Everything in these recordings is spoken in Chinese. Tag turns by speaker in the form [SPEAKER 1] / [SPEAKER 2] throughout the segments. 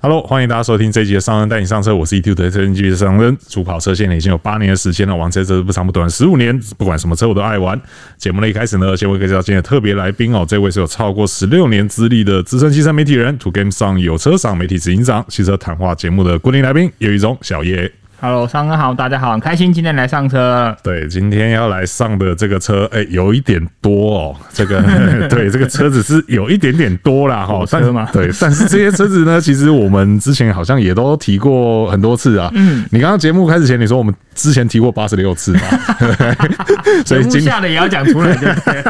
[SPEAKER 1] Hello，欢迎大家收听这一集的上恩带你上车，我是 ET 的车人机的上恩。主跑车现在已经有八年的时间了，玩车这不长不短，十五年，不管什么车我都爱玩。节目的一开始呢，先为各位介绍今天的特别来宾哦，这位是有超过十六年资历的资深汽车媒体人，To Game 上有车赏媒体执行长，汽车谈话节目的固定来宾，有一种小叶。
[SPEAKER 2] Hello，上哥好，大家好，很开心今天来上车了。
[SPEAKER 1] 对，今天要来上的这个车，哎、有一点多哦。这个 对，这个车子是有一点点多啦哈。
[SPEAKER 2] 哦车
[SPEAKER 1] 但
[SPEAKER 2] 嘛
[SPEAKER 1] 对，但是这些车子呢，其 实我们之前好像也都提过很多次啊。嗯，你刚刚节目开始前，你说我们之前提过八十六次嘛， 所
[SPEAKER 2] 节
[SPEAKER 1] 以
[SPEAKER 2] 目
[SPEAKER 1] 今
[SPEAKER 2] 下的也要讲出来，对不对？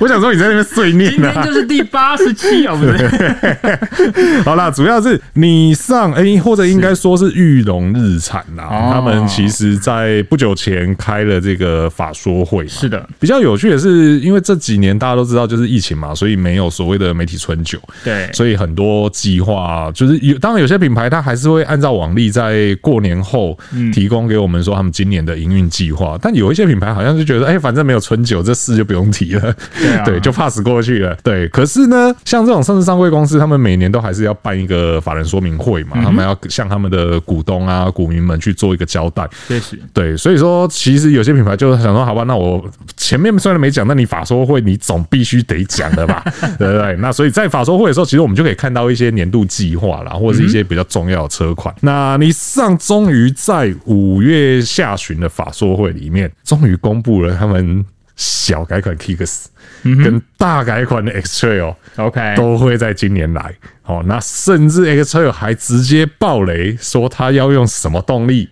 [SPEAKER 1] 我想说你在那边碎念啊
[SPEAKER 2] 今
[SPEAKER 1] 呢、
[SPEAKER 2] 天就是第八十七哦，不是？
[SPEAKER 1] 好啦，主要是你上哎、或者应该说是玉龙日产呐、
[SPEAKER 2] 哦
[SPEAKER 1] 他们其实在不久前开了这个法说会嘛。
[SPEAKER 2] 是的，
[SPEAKER 1] 比较有趣的是，因为这几年大家都知道就是疫情嘛，所以没有所谓的媒体春酒，
[SPEAKER 2] 对
[SPEAKER 1] 所以很多计划就是有，当然有些品牌它还是会按照往例在过年后
[SPEAKER 2] 嗯
[SPEAKER 1] 提供给我们说他们今年的营运计划，但有一些品牌好像就觉得，哎、反正没有春酒这事就不用提了，
[SPEAKER 2] 对啊
[SPEAKER 1] 就 pass 过去了。对，可是呢，像这种上市上柜公司，他们每年都还是要办一个法人说明会
[SPEAKER 2] 嗯
[SPEAKER 1] 嘛，他们要向他们的股东啊、股民们去做一个交代。
[SPEAKER 2] 确实，
[SPEAKER 1] 对，所以说其实有些品牌就是想说，好吧，那我前面虽然没讲，那你法说会你总必须得讲的吧，对不对？那所以在法说会的时候，其实我们就可以看到一些年度计划啦，或者是一些比较重要的车款。那你上终于在五月下旬的法说会里面，终于公布了他们。小改款 Kicks 跟大改款的 X Trail 哦
[SPEAKER 2] OK
[SPEAKER 1] 都会在今年来。哦，那甚至 X Trail 还直接爆雷，说他要用什么动力，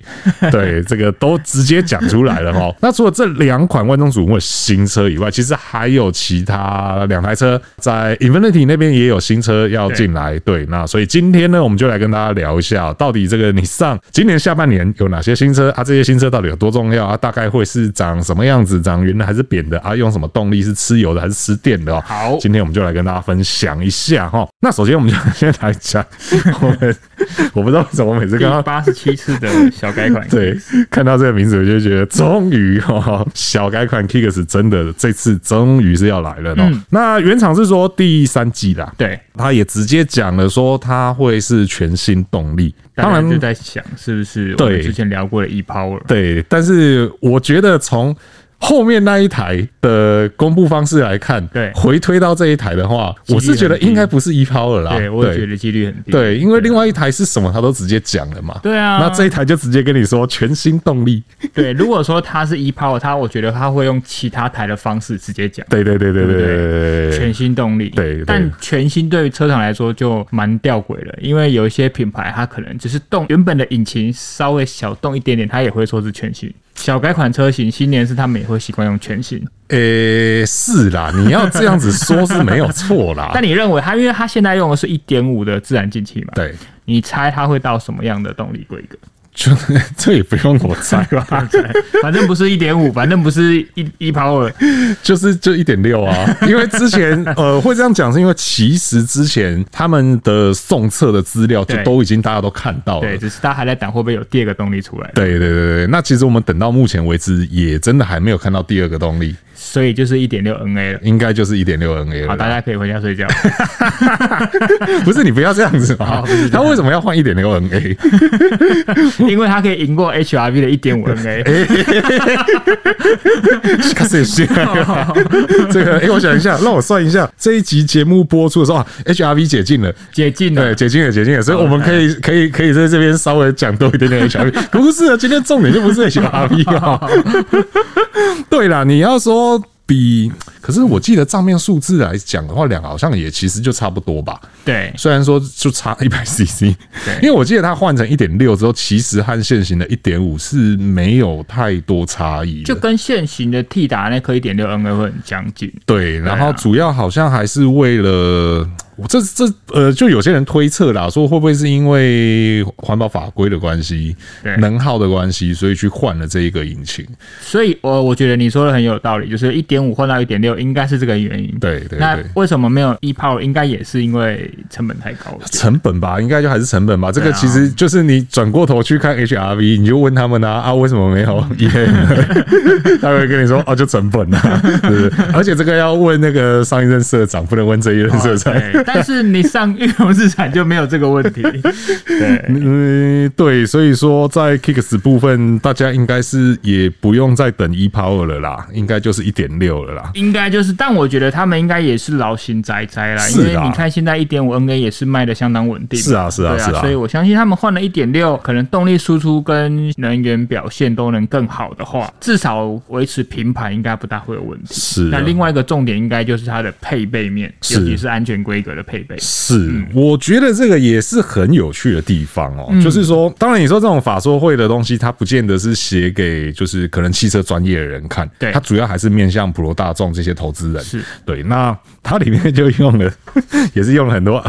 [SPEAKER 1] 对，这个都直接讲出来了哦。那除了这两款万众瞩目的新车以外，其实还有其他两台车在 Infinity 那边也有新车要进来。对，那所以今天呢，我们就来跟大家聊一下，到底这个你上今年下半年有哪些新车啊？这些新车到底有多重要啊？大概会是长什么样子？长圆的还是扁的啊？用什么动力？是吃油的还是吃电的哦？
[SPEAKER 2] 好
[SPEAKER 1] 今天我们就来跟大家分享一下哈。那首先我们就先来 讲，我们我不知道为什么每次
[SPEAKER 2] 第
[SPEAKER 1] 刚刚
[SPEAKER 2] 八十七次的小改款，
[SPEAKER 1] 对，看到这个名字我就觉得，终于哦，小改款 Kicks 真的这次终于是要来了
[SPEAKER 2] 嗯
[SPEAKER 1] 哦。那原厂是说第三季啦，
[SPEAKER 2] 对，
[SPEAKER 1] 他也直接讲了说它会是全新动力，当
[SPEAKER 2] 当然就
[SPEAKER 1] 然
[SPEAKER 2] 在想是不是我
[SPEAKER 1] 对
[SPEAKER 2] 们之前聊过的 ePower，
[SPEAKER 1] 对，但是我觉得从后面那一台的公布方式来看，
[SPEAKER 2] 对
[SPEAKER 1] 回推到这一台的话，
[SPEAKER 2] 率
[SPEAKER 1] 我是觉得
[SPEAKER 2] 很低
[SPEAKER 1] 应该不是 e power 啦，
[SPEAKER 2] 对我也觉得几率很低，
[SPEAKER 1] 对，因为另外一台是什么，他都直接讲了嘛。
[SPEAKER 2] 啊对啊
[SPEAKER 1] 那这一台就直接跟你说全新动力。
[SPEAKER 2] 对，如果说它是 ePower，它我觉得它会用其他台的方式直接讲。
[SPEAKER 1] 对对对对对
[SPEAKER 2] 对不
[SPEAKER 1] 对
[SPEAKER 2] 对
[SPEAKER 1] 对对
[SPEAKER 2] 全
[SPEAKER 1] 对，
[SPEAKER 2] 新动力，
[SPEAKER 1] 对对
[SPEAKER 2] 但全新对于车厂来说就蛮吊诡了，因为有一些品牌它可能只是动原本的引擎稍微小动一点点，它也会说是全新。小改款车型，新年是他们也会习惯用全新。
[SPEAKER 1] 诶、是啦，你要这样子说是没有错啦。
[SPEAKER 2] 但你认为它，因为它现在用的是一点五的自然进气嘛？，
[SPEAKER 1] 对，
[SPEAKER 2] 你猜它会到什么样的动力规 格？
[SPEAKER 1] 就这也不用我猜 吧，
[SPEAKER 2] 反正不是一点五，反正不是一一 power。
[SPEAKER 1] 就是就一点六啊。因为之 前呃会这样讲，是因为其实之前他们的送测的资料就
[SPEAKER 2] 对
[SPEAKER 1] 都已经大家都看到了
[SPEAKER 2] 对，。只是它还在等会不会有第二个动力出来。，
[SPEAKER 1] 对对对对对，那其实我们等到目前为止也真的还没有看到第二个动力，
[SPEAKER 2] 所以就是一点六 NA 了。
[SPEAKER 1] 应该就是一点六 NA
[SPEAKER 2] 好，
[SPEAKER 1] 了啦。
[SPEAKER 2] 大家可以回 家睡觉。
[SPEAKER 1] 不是你不要这样子嘛
[SPEAKER 2] 哦不是？
[SPEAKER 1] 他为什么要换一点六 NA？
[SPEAKER 2] 因为它可以赢过 HRV 的一点五 NA，
[SPEAKER 1] 吓死 人！这个，哎、我想一下，让我算一下，这一集节目播出的时候、啊、，HRV 解禁了。
[SPEAKER 2] 解禁
[SPEAKER 1] 对，
[SPEAKER 2] 了。
[SPEAKER 1] 解禁了，解禁了，所以我们可以可以可以在这边稍微讲多一点 点 HRV。不是啊，今天重点就不是 HRV 啊、 对啦，你要说比，可是我记得账面数字来讲的话，两个好像也其实就差不多吧。
[SPEAKER 2] 对，
[SPEAKER 1] 虽然说就差一百 CC，因为我记得它换成一点六之后，其实和现行的一点五是没有太多差异的，
[SPEAKER 2] 就跟现行的 T 打那颗一点六 NA 会很相近。
[SPEAKER 1] 对。
[SPEAKER 2] 啊
[SPEAKER 1] 然后主要好像还是为了。我这这呃，就有些人推测啦，说会不会是因为环保法规的关系
[SPEAKER 2] 对、
[SPEAKER 1] 能耗的关系，所以去换了这一个引擎？
[SPEAKER 2] 所以，我我觉得你说的很有道理，就是一点五换到一点六，应该是这个原因。
[SPEAKER 1] 对对
[SPEAKER 2] 那
[SPEAKER 1] 对，
[SPEAKER 2] 为什么没有 e power？应该也是因为成本太高了。
[SPEAKER 1] 成本吧，应该就还是成本吧。这个
[SPEAKER 2] 对啊
[SPEAKER 1] 其实就是你转过头去看 HRV，你就问他们啊啊，为什么没有
[SPEAKER 2] 嗯
[SPEAKER 1] EM？他会跟你说 哦，就成本啊，对不对？而且这个要问那个上一任社长，不能问这一任社长。
[SPEAKER 2] 对但 是你上裕隆日产就没有这个问题。 对，
[SPEAKER 1] 嗯，对，所以说在 Kicks 部分，大家应该是也不用再等 e Power 了啦，应该就是一点六了啦。
[SPEAKER 2] 应该就是，但我觉得他们应该也是劳心哉哉啦，
[SPEAKER 1] 是
[SPEAKER 2] 因
[SPEAKER 1] 啊
[SPEAKER 2] 为你看现在一点五 NA 也是卖的相当稳定嘛。
[SPEAKER 1] 是啊是啊
[SPEAKER 2] 对
[SPEAKER 1] 是啊
[SPEAKER 2] 所以我相信他们换了一点六，可能动力输出跟能源表现都能更好的话，至少维持平盘应该不大会有问题。
[SPEAKER 1] 是
[SPEAKER 2] 那
[SPEAKER 1] 啊，
[SPEAKER 2] 另外一个重点应该就是它的配备面，
[SPEAKER 1] 是
[SPEAKER 2] 尤其是安全规格的配备。
[SPEAKER 1] 是，
[SPEAKER 2] 嗯
[SPEAKER 1] 我觉得这个也是很有趣的地方哦。就是说，当然你说这种法说会的东西，它不见得是写给就是可能汽车专业的人看，
[SPEAKER 2] 对
[SPEAKER 1] 它主要还是面向普罗大众这些投资人。
[SPEAKER 2] 是
[SPEAKER 1] 对，那它里面就用了， 也是用了很多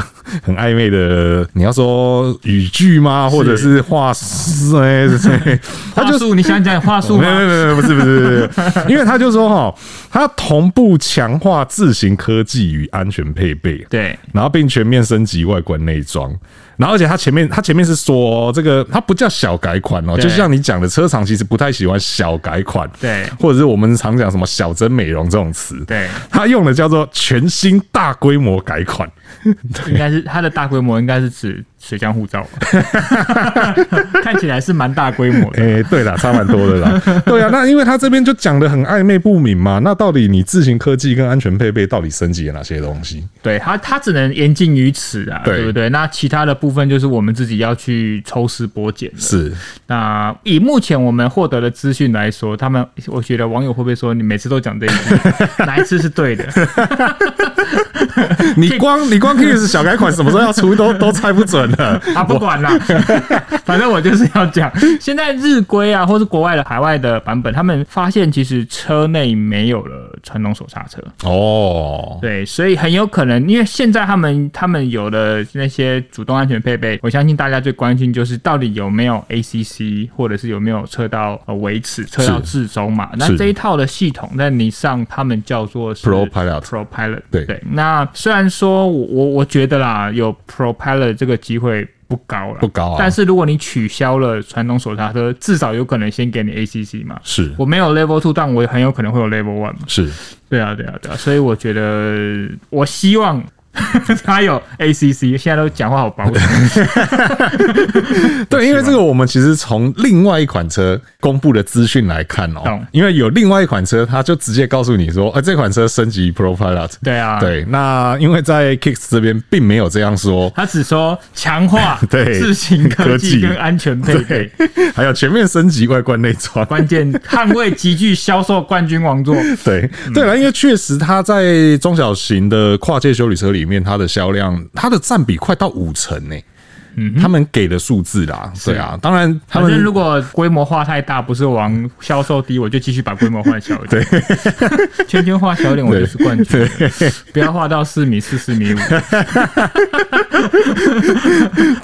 [SPEAKER 1] 很暧昧的，你要说语句吗？或者是话术？哎，对它
[SPEAKER 2] 话
[SPEAKER 1] 就
[SPEAKER 2] 术，你想 讲话术
[SPEAKER 1] 没有没
[SPEAKER 2] 吗？
[SPEAKER 1] 有没有，不是不是不是，不是因为他就说哈，他同步强化自行科技与安全配备，
[SPEAKER 2] 对，
[SPEAKER 1] 然后并全面升级外观内装，然后而且他前面他前面是说这个它不叫小改款哦，
[SPEAKER 2] 对
[SPEAKER 1] 就像你讲的，车厂其实不太喜欢小改款，
[SPEAKER 2] 对
[SPEAKER 1] 或者是我们常讲什么小真美容这种词，
[SPEAKER 2] 对
[SPEAKER 1] 他用的叫做全新大规模改款，
[SPEAKER 2] 应该是它的大规模，应该是指水箱护 罩吧，看起来是蛮大规模的。
[SPEAKER 1] 哎、对啦，差蛮多的啦。 对啊，那因为他这边就讲的很暧昧不明嘛，那到底你自行科技跟安全配备到底升级了哪些东西？
[SPEAKER 2] 对它，它只能言尽于此啊，
[SPEAKER 1] 对
[SPEAKER 2] 对不对？那其他的部分就是我们自己要去抽丝剥茧的。
[SPEAKER 1] 是
[SPEAKER 2] 那以目前我们获得的资讯来说，他们我觉得网友会不会说你每次都讲这一句，哪一次是对的？
[SPEAKER 1] 你光你光 Kiss 小改款什么时候要出都都猜不准 了。
[SPEAKER 2] 啊，不管啦，反正我就是要讲，现在日规啊，或是国外的海外的版本，他们发现其实车内没有了传统手刹车，
[SPEAKER 1] 哦，
[SPEAKER 2] 对，所以很有可能，因为现在他们他们有了那些主动安全配备，我相信大家最关心就是到底有没有 ACC，或者是有没有车道呃维持车道至中嘛？那
[SPEAKER 1] 是
[SPEAKER 2] 这一套的系统在你上他们叫做是
[SPEAKER 1] Pro Pilot
[SPEAKER 2] Pro Pilot
[SPEAKER 1] 对
[SPEAKER 2] 对。那虽然说我我我觉得啦，有 Pro Pilot 这个机会。不高了，
[SPEAKER 1] 不高啊
[SPEAKER 2] 但是如果你取消了传统手刹车，至少有可能先给你 ACC 嘛。
[SPEAKER 1] 是
[SPEAKER 2] 我没有 Level Two，但我也很有可能会有 Level One 嘛。
[SPEAKER 1] 是
[SPEAKER 2] 对啊，对啊，对啊，所以我觉得，我希望 他有 ACC，现在都讲话好保守。
[SPEAKER 1] 对，因为这个我们其实从另外一款车公布的资讯来看哦
[SPEAKER 2] 懂，
[SPEAKER 1] 因为有另外一款车，它就直接告诉你说，呃，这款车升级 Pro Pilot。
[SPEAKER 2] 对啊，，
[SPEAKER 1] 对，那因为在 Kicks 这边并没有这样 说，
[SPEAKER 2] 他只说强化
[SPEAKER 1] 对
[SPEAKER 2] 自行科
[SPEAKER 1] 科
[SPEAKER 2] 技
[SPEAKER 1] 技
[SPEAKER 2] 跟安全配备，
[SPEAKER 1] 还有全面升级外观内装。
[SPEAKER 2] 关键捍卫极具销售冠军王座。
[SPEAKER 1] 对对了，因为确实它在中小型的跨界修理车里面，它的销量，它的占比快到五成呢、嗯，他们给的数字啦，对啊，当然 他
[SPEAKER 2] 反
[SPEAKER 1] 们
[SPEAKER 2] 正如果规模化太大，不是往销售低，我就继续把规模化小一点。 圈圈画小一点，我就是冠军。不要画到四米四、四米五。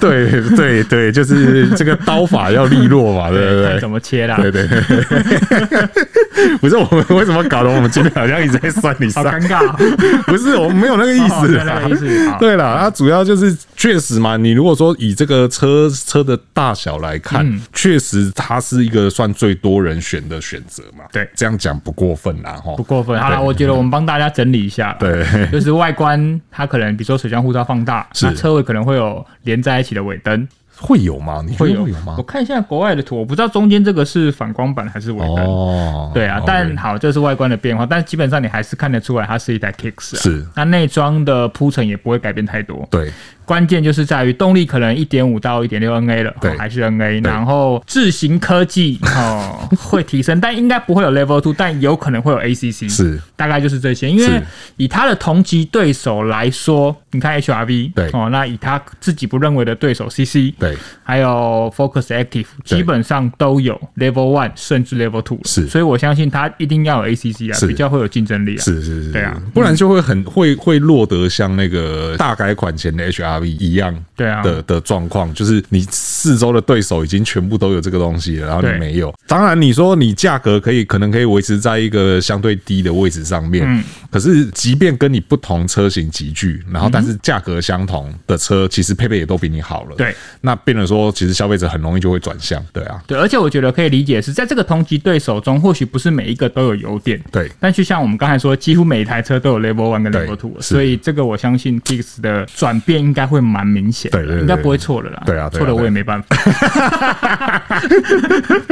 [SPEAKER 1] 对对对，就是这个刀法要利落嘛， 对不
[SPEAKER 2] 看
[SPEAKER 1] 对？
[SPEAKER 2] 怎么切啦。
[SPEAKER 1] 对对对， 不是我们为什么搞得我们今天好像一直在算你
[SPEAKER 2] 好
[SPEAKER 1] 上
[SPEAKER 2] 尴？尬哦，
[SPEAKER 1] 不是我们没有那个意思
[SPEAKER 2] 哦
[SPEAKER 1] 啦
[SPEAKER 2] 没有那个意思好
[SPEAKER 1] 对啦，它啊主要就是确实嘛，你如果说以这个车车的大小来看，
[SPEAKER 2] 嗯
[SPEAKER 1] 确实它是一个算最多人选的选择嘛。
[SPEAKER 2] 对
[SPEAKER 1] 这样讲不过分啦，哈。
[SPEAKER 2] 不过分。好了，
[SPEAKER 1] 对
[SPEAKER 2] 我觉得我们帮大家整理一下啦。
[SPEAKER 1] 对，
[SPEAKER 2] 就是外观，它可能比如说水箱护罩放大，
[SPEAKER 1] 是
[SPEAKER 2] 那车尾可能会有连在一起的尾灯，
[SPEAKER 1] 会有吗？你觉得会哦有吗
[SPEAKER 2] 我？看一下国外的图，我不知道中间这个是反光板还是尾灯。
[SPEAKER 1] 哦，
[SPEAKER 2] 对啊
[SPEAKER 1] OK，
[SPEAKER 2] 但好，这是外观的变化，但基本上你还是看得出来它是一台 Kicks 啊。
[SPEAKER 1] 是
[SPEAKER 2] 那内装的铺陈也不会改变太多。
[SPEAKER 1] 对
[SPEAKER 2] 关键就是在于动力可能一点五到一点六 NA 了，
[SPEAKER 1] 对
[SPEAKER 2] 哦还是 NA，然后智行 科技哦会提升，但应该不会有 Level Two，但有可能会有 ACC，
[SPEAKER 1] 是
[SPEAKER 2] 大概就是这些。因为
[SPEAKER 1] 是
[SPEAKER 2] 以他的同级对手来说，你看 HRV
[SPEAKER 1] 对
[SPEAKER 2] 哦，那以他自己不认为的对手 CC
[SPEAKER 1] 对
[SPEAKER 2] 还有 Focus Active
[SPEAKER 1] 对
[SPEAKER 2] 基本上都有 Level One 甚至 Level Two，
[SPEAKER 1] 是
[SPEAKER 2] 所以我相信他一定要有 ACC
[SPEAKER 1] 是
[SPEAKER 2] 啊，比较会有竞争力啊。
[SPEAKER 1] 是是是，
[SPEAKER 2] 对啊
[SPEAKER 1] 不然就会很会会落得像那个大改款前的 HRV 一样的，
[SPEAKER 2] 对啊
[SPEAKER 1] 的的状况，就是你四周的对手已经全部都有这个东西了，然后
[SPEAKER 2] 对
[SPEAKER 1] 你没有。当然，你说你价格可以可能可以维持在一
[SPEAKER 2] 嗯
[SPEAKER 1] 个相对低的位置上面，可是即便跟你不同车型集聚，然后但但是价格相同的车，其实配备也都比你好了。
[SPEAKER 2] 对，
[SPEAKER 1] 那变成说，其实消费者很容易就会转向。对啊，
[SPEAKER 2] 对，而且我觉得可以理解是在这个同级对手中，或许不是每一个都有优点，
[SPEAKER 1] 对
[SPEAKER 2] 但就像我们刚才说，几乎每一台车都有 Level One 跟
[SPEAKER 1] 对
[SPEAKER 2] Level Two，了
[SPEAKER 1] 是
[SPEAKER 2] 所以这个我相信 Tix 的转变应该会蛮明显的，
[SPEAKER 1] 对对对
[SPEAKER 2] 应该不会错了啦。
[SPEAKER 1] 对啊对啊
[SPEAKER 2] 错了我也没办法，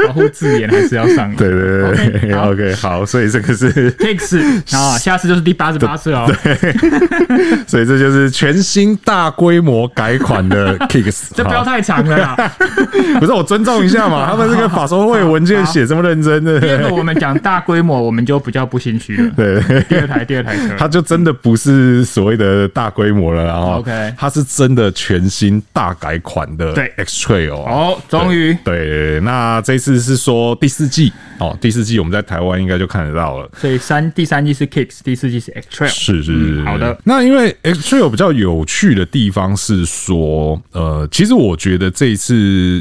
[SPEAKER 2] 保护字眼还是要上。
[SPEAKER 1] 对对对对
[SPEAKER 2] OK，好
[SPEAKER 1] ，OK，好，所以这个是
[SPEAKER 2] Tix 啊，下次就是第八十八次哦。
[SPEAKER 1] 所以这就是全新大规模改款的 Kicks，
[SPEAKER 2] 这不要
[SPEAKER 1] 好
[SPEAKER 2] 太长了啦，
[SPEAKER 1] 不是我尊重一下 嘛？他们这个法说会文件写这么认真
[SPEAKER 2] 第二个
[SPEAKER 1] 的，
[SPEAKER 2] 我们讲大规模，我们就比较不心虚了。
[SPEAKER 1] 对，
[SPEAKER 2] 第二台，第二台车，
[SPEAKER 1] 它就真的不是所谓的大规模了，然后
[SPEAKER 2] OK
[SPEAKER 1] 它是真的全新大改款的
[SPEAKER 2] 对
[SPEAKER 1] X Trail 哦
[SPEAKER 2] 哦，终于
[SPEAKER 1] 对对对，对那这次是说第四季哦，第四季我们在台湾应该就看得到了。
[SPEAKER 2] 所以三第三季是 Kicks，第四季是 X Trail。
[SPEAKER 1] 是是是、
[SPEAKER 2] 嗯好的。
[SPEAKER 1] 那因为 X Trail 比较有趣的地方是说，呃，其实我觉得这一次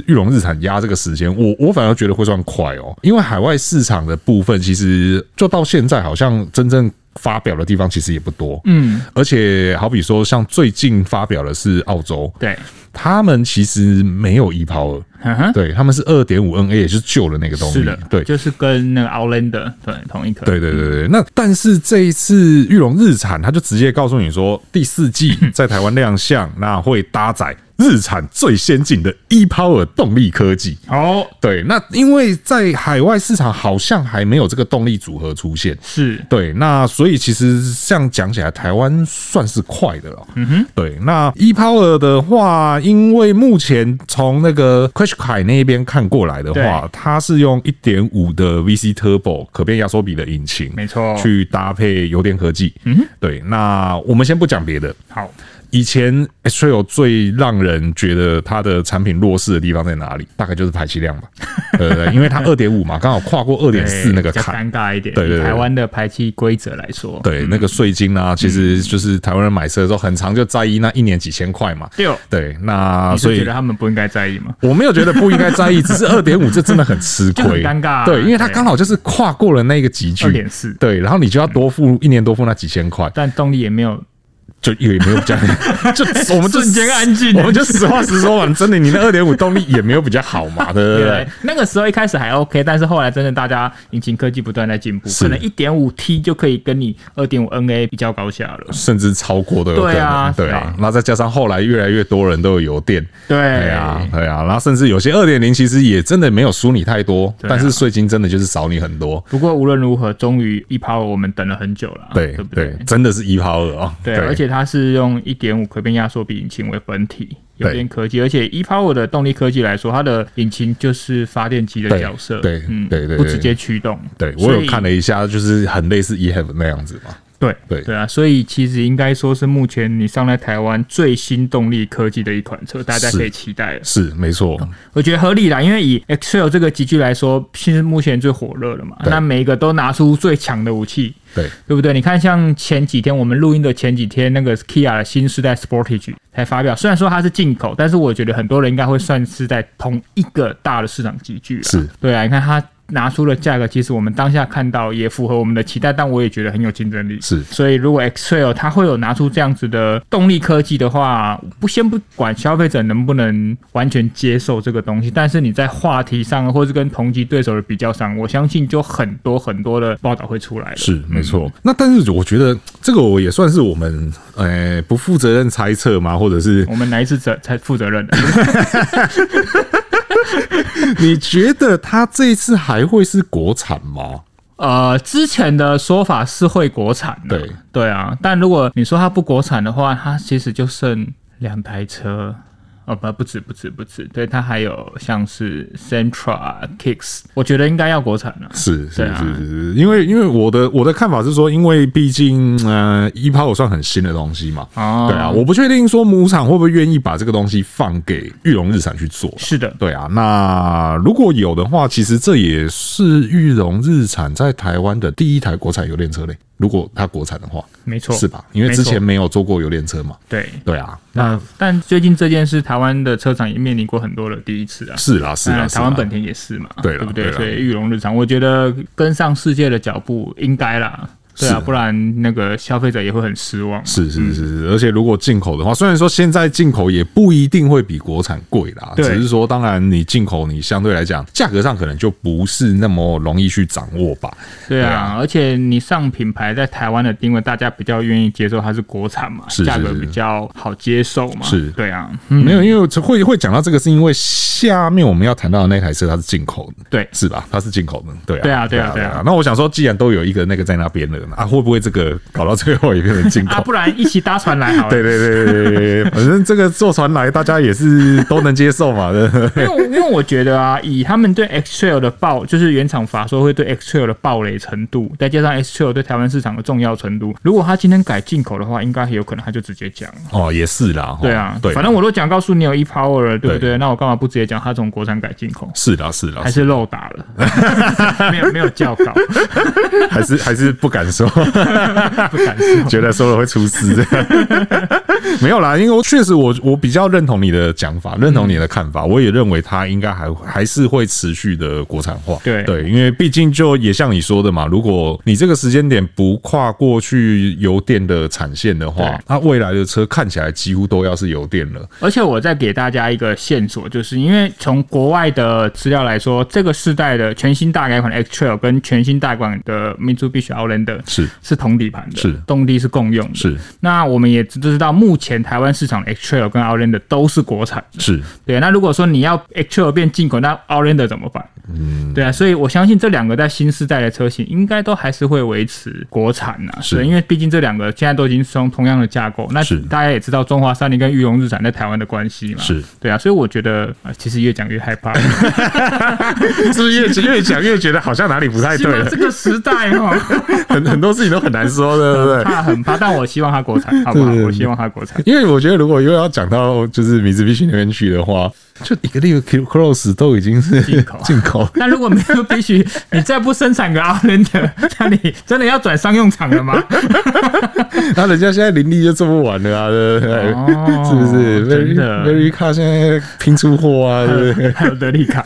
[SPEAKER 1] 玉龙日产压这个时间，我我反而觉得会算快哦，因为海外市场的部分，其实就到现在好像真正。发表的地方其实也不多，嗯，而且好比说，像最近发表的是澳洲，
[SPEAKER 2] 对，
[SPEAKER 1] 他们其实没有 e power，
[SPEAKER 2] 嗯哼，
[SPEAKER 1] 对，他们是二点五 NA，也就是旧的那个动力，
[SPEAKER 2] 是的，
[SPEAKER 1] 对，
[SPEAKER 2] 就是跟那个 Outlander 对同一颗，
[SPEAKER 1] 对对对对，那但是这一次玉龙日产，它就直接告诉你说，第四季在台湾亮相，那会搭载日产最先进的 ePower 动力科技。
[SPEAKER 2] 哦，
[SPEAKER 1] 对，那因为在海外市场好像还没有这个动力组合出现。
[SPEAKER 2] 是
[SPEAKER 1] 对，那所以其实这样讲起来，台湾算是快的了。嗯哼，对。那 ePower 的话，因为目前从那个 Crash 凯那边看过来的话
[SPEAKER 2] 对，
[SPEAKER 1] 它是用一点五的 VC Turbo 可变压缩比的引擎，
[SPEAKER 2] 没错
[SPEAKER 1] 去搭配油电科技。嗯，对。那我们先不讲别的，
[SPEAKER 2] 好，
[SPEAKER 1] 以前 X Trail 最让人觉得它的产品弱势的地方在哪里？大概就是排气 量吧。呃，因为它二点五嘛，刚好跨过二点四
[SPEAKER 2] 对
[SPEAKER 1] 那个
[SPEAKER 2] 比较
[SPEAKER 1] 坎。
[SPEAKER 2] 尴尬一点，
[SPEAKER 1] 对对对
[SPEAKER 2] 以台湾的排气规则来说，
[SPEAKER 1] 对，那个税金
[SPEAKER 2] 嗯
[SPEAKER 1] 啊，其实就是台湾人买车的时候，很常就在意那一年几千块嘛。
[SPEAKER 2] 对哦
[SPEAKER 1] 对，那
[SPEAKER 2] 你
[SPEAKER 1] 啊所
[SPEAKER 2] 是觉
[SPEAKER 1] 以
[SPEAKER 2] 得他们不应该在意吗？
[SPEAKER 1] 我没有觉得不应该在意，只是二点五这真的很吃
[SPEAKER 2] 就很
[SPEAKER 1] 亏，
[SPEAKER 2] 尴尬啊
[SPEAKER 1] 对，因为它
[SPEAKER 2] 对
[SPEAKER 1] 刚好就是跨过了那个集距，
[SPEAKER 2] 2.4
[SPEAKER 1] 对，然后你就要多付一年多付那几千块，
[SPEAKER 2] 但动力也没有，
[SPEAKER 1] 就也没有比较， 就我们就
[SPEAKER 2] 瞬间安静
[SPEAKER 1] 我们就实话实说嘛，真的，你那二点五动力也没有比较好嘛，对 不对
[SPEAKER 2] 对？，那个时候一开始还 OK，但是后来真的大家引擎科技不断在进步，
[SPEAKER 1] 是
[SPEAKER 2] 可能一点五 T 就可以跟你二点五 NA 比较高下了，
[SPEAKER 1] 甚至超过都有可
[SPEAKER 2] 对
[SPEAKER 1] 能
[SPEAKER 2] 啊，
[SPEAKER 1] 对啊，那再加上后来越来越多人都有油电，
[SPEAKER 2] 对
[SPEAKER 1] 对啊，对啊，然后甚至有些二点零其实也真的没有输你太多，
[SPEAKER 2] 啊
[SPEAKER 1] 但是税金真的就是少你很多。
[SPEAKER 2] 不过无论如何，终于一抛我们等了很久了啊，
[SPEAKER 1] 对
[SPEAKER 2] 对不
[SPEAKER 1] 对，真的是一抛二哦。
[SPEAKER 2] 对，而且它是用一点五可变压缩比引擎为本体，有
[SPEAKER 1] 对
[SPEAKER 2] 点科技，而且 ePower 的动力科技来说，它的引擎就是发电机的
[SPEAKER 1] 对
[SPEAKER 2] 角色，嗯
[SPEAKER 1] 对对对
[SPEAKER 2] 不
[SPEAKER 1] 对
[SPEAKER 2] 直接驱动。
[SPEAKER 1] 对我有看
[SPEAKER 2] 了，
[SPEAKER 1] 了一下，就是很类似 eHev 那样子嘛。
[SPEAKER 2] 对
[SPEAKER 1] 对
[SPEAKER 2] 对啊，所以其实应该说是目前你上来台湾最新动力科技的一款车，大家
[SPEAKER 1] 是
[SPEAKER 2] 可以期待了。
[SPEAKER 1] 是没错，
[SPEAKER 2] 我觉得合理啦，因为以 Excel 这个集聚来说，是目前最火热的嘛，
[SPEAKER 1] 对
[SPEAKER 2] 那每一个都拿出最强的武器。
[SPEAKER 1] 对
[SPEAKER 2] 对啊不对？你看，像前几天我们录音的前几天，那个 Kia 的新世代 Sportage 才发表，虽然说它是进口，但是我觉得很多人应该会算是在同一个大的市场集聚了。
[SPEAKER 1] 是，
[SPEAKER 2] 对啊，你看它。拿出的价格，其实我们当下看到也符合我们的期待，但我也觉得很有竞争力。
[SPEAKER 1] 是
[SPEAKER 2] 所以如果 X Trail 它会有拿出这样子的动力科技的话，不先不管消费者能不能完全接受这个东西，但是你在话题上，或是跟同级对手的比较上，我相信就很多很多的报道会出来了。
[SPEAKER 1] 是没错。那但是我觉得这个我也算是我们呃不负责任猜测嘛，或者是
[SPEAKER 2] 我们哪一次责才负责任的？
[SPEAKER 1] 你觉得它这一次还会是国产吗？
[SPEAKER 2] 呃，之前的说法是会国产的，
[SPEAKER 1] 对
[SPEAKER 2] 对啊。但如果你说它不国产的话，它其实就剩两台车，哦不不止不止不止，对，它还有像是 Sentra、Kicks，我觉得应该要国产了。
[SPEAKER 1] 是是
[SPEAKER 2] 对啊
[SPEAKER 1] 是是是，因为因为我的我的看法是说，因为毕竟呃，一炮算很新的东西嘛，
[SPEAKER 2] 哦
[SPEAKER 1] 对啊，我不确定说母厂会不会愿意把这个东西放给玉龙日产去做。
[SPEAKER 2] 是的，
[SPEAKER 1] 对啊，那如果有的话，其实这也是玉龙日产在台湾的第一台国产油电车嘞。如果它国产的话，
[SPEAKER 2] 没错，
[SPEAKER 1] 是吧？因为
[SPEAKER 2] 没
[SPEAKER 1] 之
[SPEAKER 2] 错
[SPEAKER 1] 前没有做过油电车嘛。
[SPEAKER 2] 对。
[SPEAKER 1] 对啊，那
[SPEAKER 2] 那但最近这件事，台湾的车厂也面临过很多的第一次啊。
[SPEAKER 1] 是啦是啦，
[SPEAKER 2] 那
[SPEAKER 1] 是啦
[SPEAKER 2] 台湾本田也是嘛，
[SPEAKER 1] 对啦
[SPEAKER 2] 不
[SPEAKER 1] 对
[SPEAKER 2] 对？
[SPEAKER 1] 啦
[SPEAKER 2] 所以玉龙日常，我觉得跟上世界的脚步应该啦。对啊，不然那个消费者也会很失望。
[SPEAKER 1] 是是是是，而且如果进口的话，虽然说现在进口也不一定会比国产贵啦，只
[SPEAKER 2] 对
[SPEAKER 1] 是说当然你进口你相对来讲价格上可能就不是那么容易去掌握吧。
[SPEAKER 2] 对
[SPEAKER 1] 对
[SPEAKER 2] 啊
[SPEAKER 1] 啊，
[SPEAKER 2] 而且你上品牌在台湾的定位，大家比较愿意接受它是国产嘛，
[SPEAKER 1] 是是
[SPEAKER 2] 价格
[SPEAKER 1] 是
[SPEAKER 2] 比较好接受嘛。
[SPEAKER 1] 是
[SPEAKER 2] 对啊，嗯，
[SPEAKER 1] 没有，因为我会会讲到这个，是因为下面我们要谈到的那台车它是进口的，
[SPEAKER 2] 对
[SPEAKER 1] 是吧？它是进口的，对啊，
[SPEAKER 2] 对啊对啊对啊。
[SPEAKER 1] 那我想说，既然都有一个那个在那边了，啊，会不会这个搞到最后也变成进
[SPEAKER 2] 啊，
[SPEAKER 1] 口？
[SPEAKER 2] 不然一起搭船来好 了。
[SPEAKER 1] 对对对对对对对，反正这个坐船来，大家也是都能接受嘛。对 不对
[SPEAKER 2] 因为因为我觉得啊，以他们对 X Trail 的爆，就是原厂法说会对 X Trail 的暴雷程度，再加上 X Trail 对台湾市场的重要程度，如果他今天改进口的话，应该很有可能他就直接讲了。
[SPEAKER 1] 哦，也是啦。哦
[SPEAKER 2] 对啊，
[SPEAKER 1] 对，
[SPEAKER 2] 反正我都讲告诉你有 e power 了，对不
[SPEAKER 1] 对
[SPEAKER 2] 对？那我干嘛不直接讲他从国产改进 口？
[SPEAKER 1] 是啦是啦，
[SPEAKER 2] 还是漏打了，没有没有校稿，
[SPEAKER 1] 还 是还是不敢说，
[SPEAKER 2] 不敢说。
[SPEAKER 1] 觉得说了会出事。 没有啦，因为我确实我我比较认同你的讲法，认同你的看法，我也认为它应该还还是会持续的国产化。
[SPEAKER 2] 对
[SPEAKER 1] 对，因为毕竟就也像你说的嘛，如果你这个时间点不跨过去油电的产线的话
[SPEAKER 2] 对，
[SPEAKER 1] 它未来的车看起来几乎都要是油电了。
[SPEAKER 2] 而且我再给大家一个线索，就是因为从国外的资料来说，这个世代的全新大改款的 X Trail 跟全新大改款的 Mitsubishi Outlander
[SPEAKER 1] 是
[SPEAKER 2] 是同底盘的，
[SPEAKER 1] 是
[SPEAKER 2] 动力是共用的。
[SPEAKER 1] 是
[SPEAKER 2] 那我们也知知道，目前台湾市场的 X Trail 跟 Outlander 都是国产的。
[SPEAKER 1] 是，
[SPEAKER 2] 对，那如果说你要 X Trail 变进口，那 Outlander 怎么办？嗯，对啊，所以我相信这两个在新世代的车型应该都还是会维持国产呐、啊，
[SPEAKER 1] 是
[SPEAKER 2] 对因为毕竟这两个现在都已经是同同样的架构，那
[SPEAKER 1] 是
[SPEAKER 2] 大家也知道中华三菱跟裕隆日产在台湾的关系嘛，
[SPEAKER 1] 是
[SPEAKER 2] 对啊，所以我觉得啊、其实越讲越害 怕，
[SPEAKER 1] 是不是越越讲越觉得好像哪里 不太
[SPEAKER 2] 进
[SPEAKER 1] 对
[SPEAKER 2] 入
[SPEAKER 1] 了
[SPEAKER 2] 这？个时代 哈、
[SPEAKER 1] 很很多事情都很难说，对不对？
[SPEAKER 2] 怕很怕，但我希望它国产，好不好
[SPEAKER 1] 对？
[SPEAKER 2] 我希望它国产。
[SPEAKER 1] 因为我觉得，如果又要讲到就是米兹必须那边去的话，就一个 Leo Q Cross 都已经是
[SPEAKER 2] 进口啊
[SPEAKER 1] 进口，
[SPEAKER 2] 那如果没有必须，你再不生产个 Outlander，那你真的要转商用厂了吗？
[SPEAKER 1] 那人家现在林立就做不完了啊，对不对？
[SPEAKER 2] 哦
[SPEAKER 1] 是不是
[SPEAKER 2] 真
[SPEAKER 1] ？Very
[SPEAKER 2] 的
[SPEAKER 1] Very Car 现在拼出货 啊，对不对？
[SPEAKER 2] 还有德利 卡，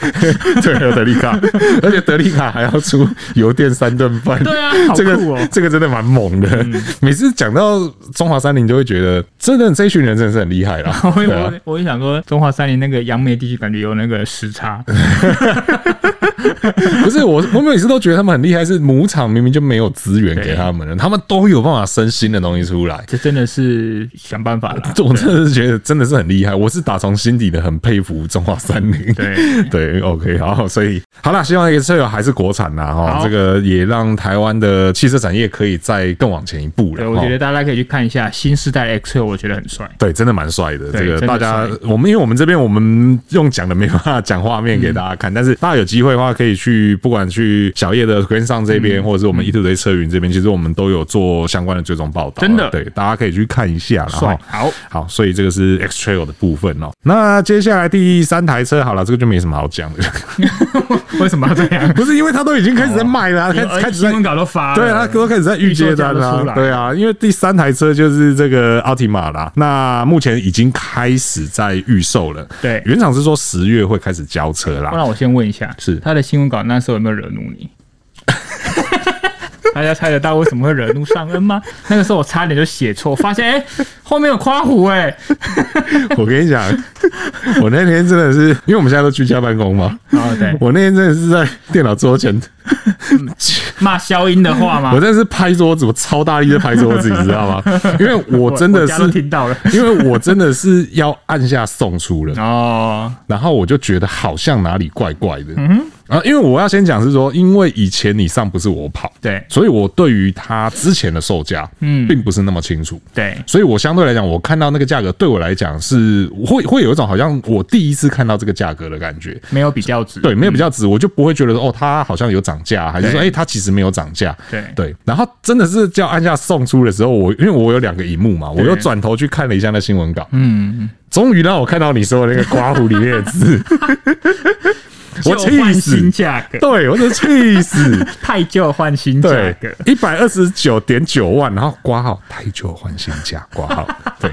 [SPEAKER 1] 对，还有德利卡，而且德利卡还要出油电三顿饭，
[SPEAKER 2] 对啊好
[SPEAKER 1] 这
[SPEAKER 2] 酷
[SPEAKER 1] 个
[SPEAKER 2] 哦嗯
[SPEAKER 1] 这个真的蛮猛的。每次讲到中华三菱，就会觉得真的这一群人真的是很厉害啦。
[SPEAKER 2] 我
[SPEAKER 1] 对啊
[SPEAKER 2] 我我就想说，中华三林那个杨梅地区感觉有那个 时差，
[SPEAKER 1] 不是我，我每次都觉得他们很厉害，是母厂明明就没有资源给他们了，他们都有办法生新的东西出来。
[SPEAKER 2] 这真的是想办法了。
[SPEAKER 1] 这我真的是觉得真的是很厉害，我是打从心底的很佩服中华三菱。
[SPEAKER 2] 对
[SPEAKER 1] 对，OK，好，所以好啦，希望 X 车友还是国产啦哈，
[SPEAKER 2] 好
[SPEAKER 1] 这个也让台湾的汽车产业可以再更往前一步
[SPEAKER 2] 对，
[SPEAKER 1] 了。
[SPEAKER 2] 我
[SPEAKER 1] 哈
[SPEAKER 2] 觉得大家可以去看一下新时代的 X 六，我觉得很帅。
[SPEAKER 1] 对，真的蛮帅的。
[SPEAKER 2] 对
[SPEAKER 1] 这个
[SPEAKER 2] 真的
[SPEAKER 1] 大家
[SPEAKER 2] 帅，
[SPEAKER 1] 我们因为我们这边我们用讲的没办法讲画面给大
[SPEAKER 2] 嗯
[SPEAKER 1] 家看，但是大家有机会的话，可以去不管去小叶的 Green 上这
[SPEAKER 2] 嗯
[SPEAKER 1] 边，或者是我们一堆堆车云这边，其实我们都有做相关的追踪报道。
[SPEAKER 2] 真的
[SPEAKER 1] 对，大家可以去看一下啦。然
[SPEAKER 2] 帅
[SPEAKER 1] 后
[SPEAKER 2] 好
[SPEAKER 1] 好，所以这个是 X Trail 的部分哦。那接下来第三台车好了，这个就没什么好讲 的，
[SPEAKER 2] 为什么要这 样？
[SPEAKER 1] 不是因为它都已经开始在卖了啊，开
[SPEAKER 2] 因为
[SPEAKER 1] 开始
[SPEAKER 2] 新
[SPEAKER 1] 在
[SPEAKER 2] 闻稿都发了，
[SPEAKER 1] 对啊，都开始在预接单
[SPEAKER 2] 预售价都出
[SPEAKER 1] 啦，
[SPEAKER 2] 来
[SPEAKER 1] 对啊，因为第三台车就是这个奥提玛啦，那目前已经开始在预售了。
[SPEAKER 2] 对
[SPEAKER 1] 原厂是说十月会开始交车
[SPEAKER 2] 不
[SPEAKER 1] 啦。
[SPEAKER 2] 哦然我先问一下，
[SPEAKER 1] 是
[SPEAKER 2] 他的新闻稿那时候有没有惹怒你？ 大家猜得到为什么会惹怒尚恩吗？那个时候我差点就写错，发现哎、后面有夸虎哎、
[SPEAKER 1] 我跟你讲， 我那天真的是，因为我们现在都居家办公嘛，
[SPEAKER 2] 哦对，
[SPEAKER 1] 我那天真的是在电脑桌前，
[SPEAKER 2] 骂消音的话吗
[SPEAKER 1] 我？真的是拍桌子，我超大力的拍桌子，你知道吗？因为我真的
[SPEAKER 2] 我家都
[SPEAKER 1] 是。
[SPEAKER 2] 听到了
[SPEAKER 1] 因为我真的是要按下送出了，
[SPEAKER 2] 哦。
[SPEAKER 1] 然后我就觉得好像哪里怪怪的。嗯啊，因为我要先讲是说，因为以前你上不是我跑，
[SPEAKER 2] 对
[SPEAKER 1] 所以我对于它之前的售价，嗯，并不是那么清楚。
[SPEAKER 2] 对，
[SPEAKER 1] 所以我相对来讲，我看到那个价格，对我来讲是会会有一种好像我第一次看到这个价格的感觉。
[SPEAKER 2] 没有比较值。
[SPEAKER 1] 对，没有比较值，我就不会觉得说哦，它好像有涨价，还是说哎、
[SPEAKER 2] 嗯对
[SPEAKER 1] 它其实没有涨价。
[SPEAKER 2] 对
[SPEAKER 1] 对，然后真的是叫按下送出的时候，我因为我有两个荧幕嘛，我又转头去看了一下那 新闻稿，嗯，终于让我看到你说的那个刮胡里面的字。我
[SPEAKER 2] 旧换
[SPEAKER 1] 气死！
[SPEAKER 2] 新价格，
[SPEAKER 1] 对，我就气 死。
[SPEAKER 2] 太旧换新价
[SPEAKER 1] 对
[SPEAKER 2] 格，，
[SPEAKER 1] 一百二十九点九万，然后挂号太久换新价挂 号，对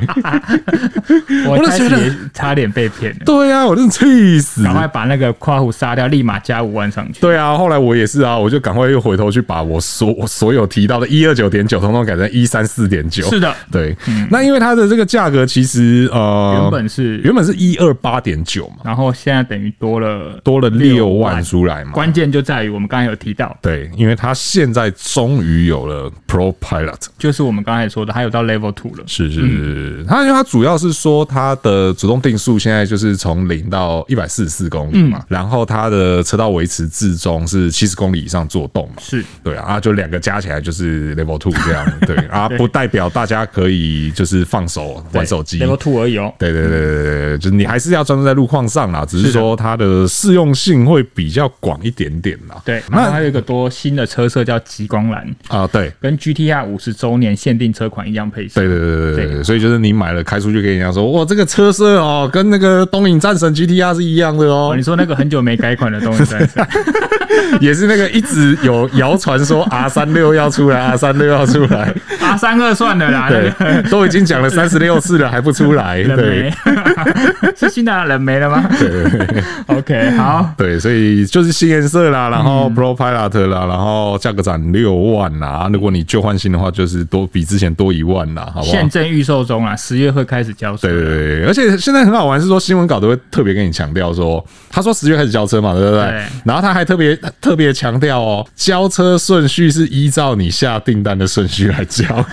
[SPEAKER 2] 我
[SPEAKER 1] 我就
[SPEAKER 2] 开始
[SPEAKER 1] 觉得
[SPEAKER 2] 也差点被骗了，
[SPEAKER 1] 对啊，我真的气死。
[SPEAKER 2] 赶快把那个夸虎杀掉，立马加五万上去。
[SPEAKER 1] 对啊，后来我也是啊，我就赶快又回头去把我所我所有提到的一二九点九，通通改成一三四点九。
[SPEAKER 2] 是的
[SPEAKER 1] 对。那因为它的这个价格其实呃，
[SPEAKER 2] 原本是，
[SPEAKER 1] 原本是一二八点九嘛，
[SPEAKER 2] 然后现在等于多了
[SPEAKER 1] 多了六万
[SPEAKER 2] 万。
[SPEAKER 1] 出来嘛。
[SPEAKER 2] 关键就在于我们刚才有提到，
[SPEAKER 1] 对，因为它现在终于有了 Pro Pilot，
[SPEAKER 2] 就是我们刚才说的，它有到 Level Two 了。
[SPEAKER 1] 是是是，它因为它主要是说它的主动定速现在就是从零到一百四十四公里嘛，然后它的车道维持至中是七十公里以上做动嘛，
[SPEAKER 2] 是
[SPEAKER 1] 对啊，啊就两个加起来就是 Level Two 这样， 对啊，不代表大家可以就是放手玩手机
[SPEAKER 2] 对。Level Two 而已哦。
[SPEAKER 1] 对对对对对对，就是你还是要专注在路况上啦，只是说它的适用性会比较广一点点啦。
[SPEAKER 2] 对，然后
[SPEAKER 1] 那
[SPEAKER 2] 还有一个多新的车色叫极光蓝，
[SPEAKER 1] 啊，对
[SPEAKER 2] 跟 GTR 五十周年限定车款一样配色。
[SPEAKER 1] 对对对对对，
[SPEAKER 2] 对
[SPEAKER 1] 所以就是你买了开出去给人家说，哇，这个车色哦，跟那个东影战神 GTR 是一样的
[SPEAKER 2] 哦，
[SPEAKER 1] 哦
[SPEAKER 2] 你，说那个很久没改款的东 西，
[SPEAKER 1] 也是那个一直有谣传 说 R 三六要出来，R 三六要出来，
[SPEAKER 2] r 三二算了啦，那
[SPEAKER 1] 对
[SPEAKER 2] 个，
[SPEAKER 1] 都已经讲了三十六次了还不出来，
[SPEAKER 2] 人
[SPEAKER 1] 对
[SPEAKER 2] 没。是新的啊人没了 吗
[SPEAKER 1] 对对对
[SPEAKER 2] ？OK，好，
[SPEAKER 1] 对，所以就是新颜色啦，然
[SPEAKER 2] 嗯
[SPEAKER 1] 后 Pro Pilot 啦，然后价格涨六万啦，如果你旧换新的话，就是多比之前多一万啦，好不好？
[SPEAKER 2] 现正预售中啊，十月会开始交税。
[SPEAKER 1] 对对对，对而且现在很好玩，是说新闻稿都会特别跟你强调说，他说十月开始交车嘛，对不对？
[SPEAKER 2] 对
[SPEAKER 1] 然后他还特别特别强调哦，交车顺序是依照你下订单的顺序来 交啊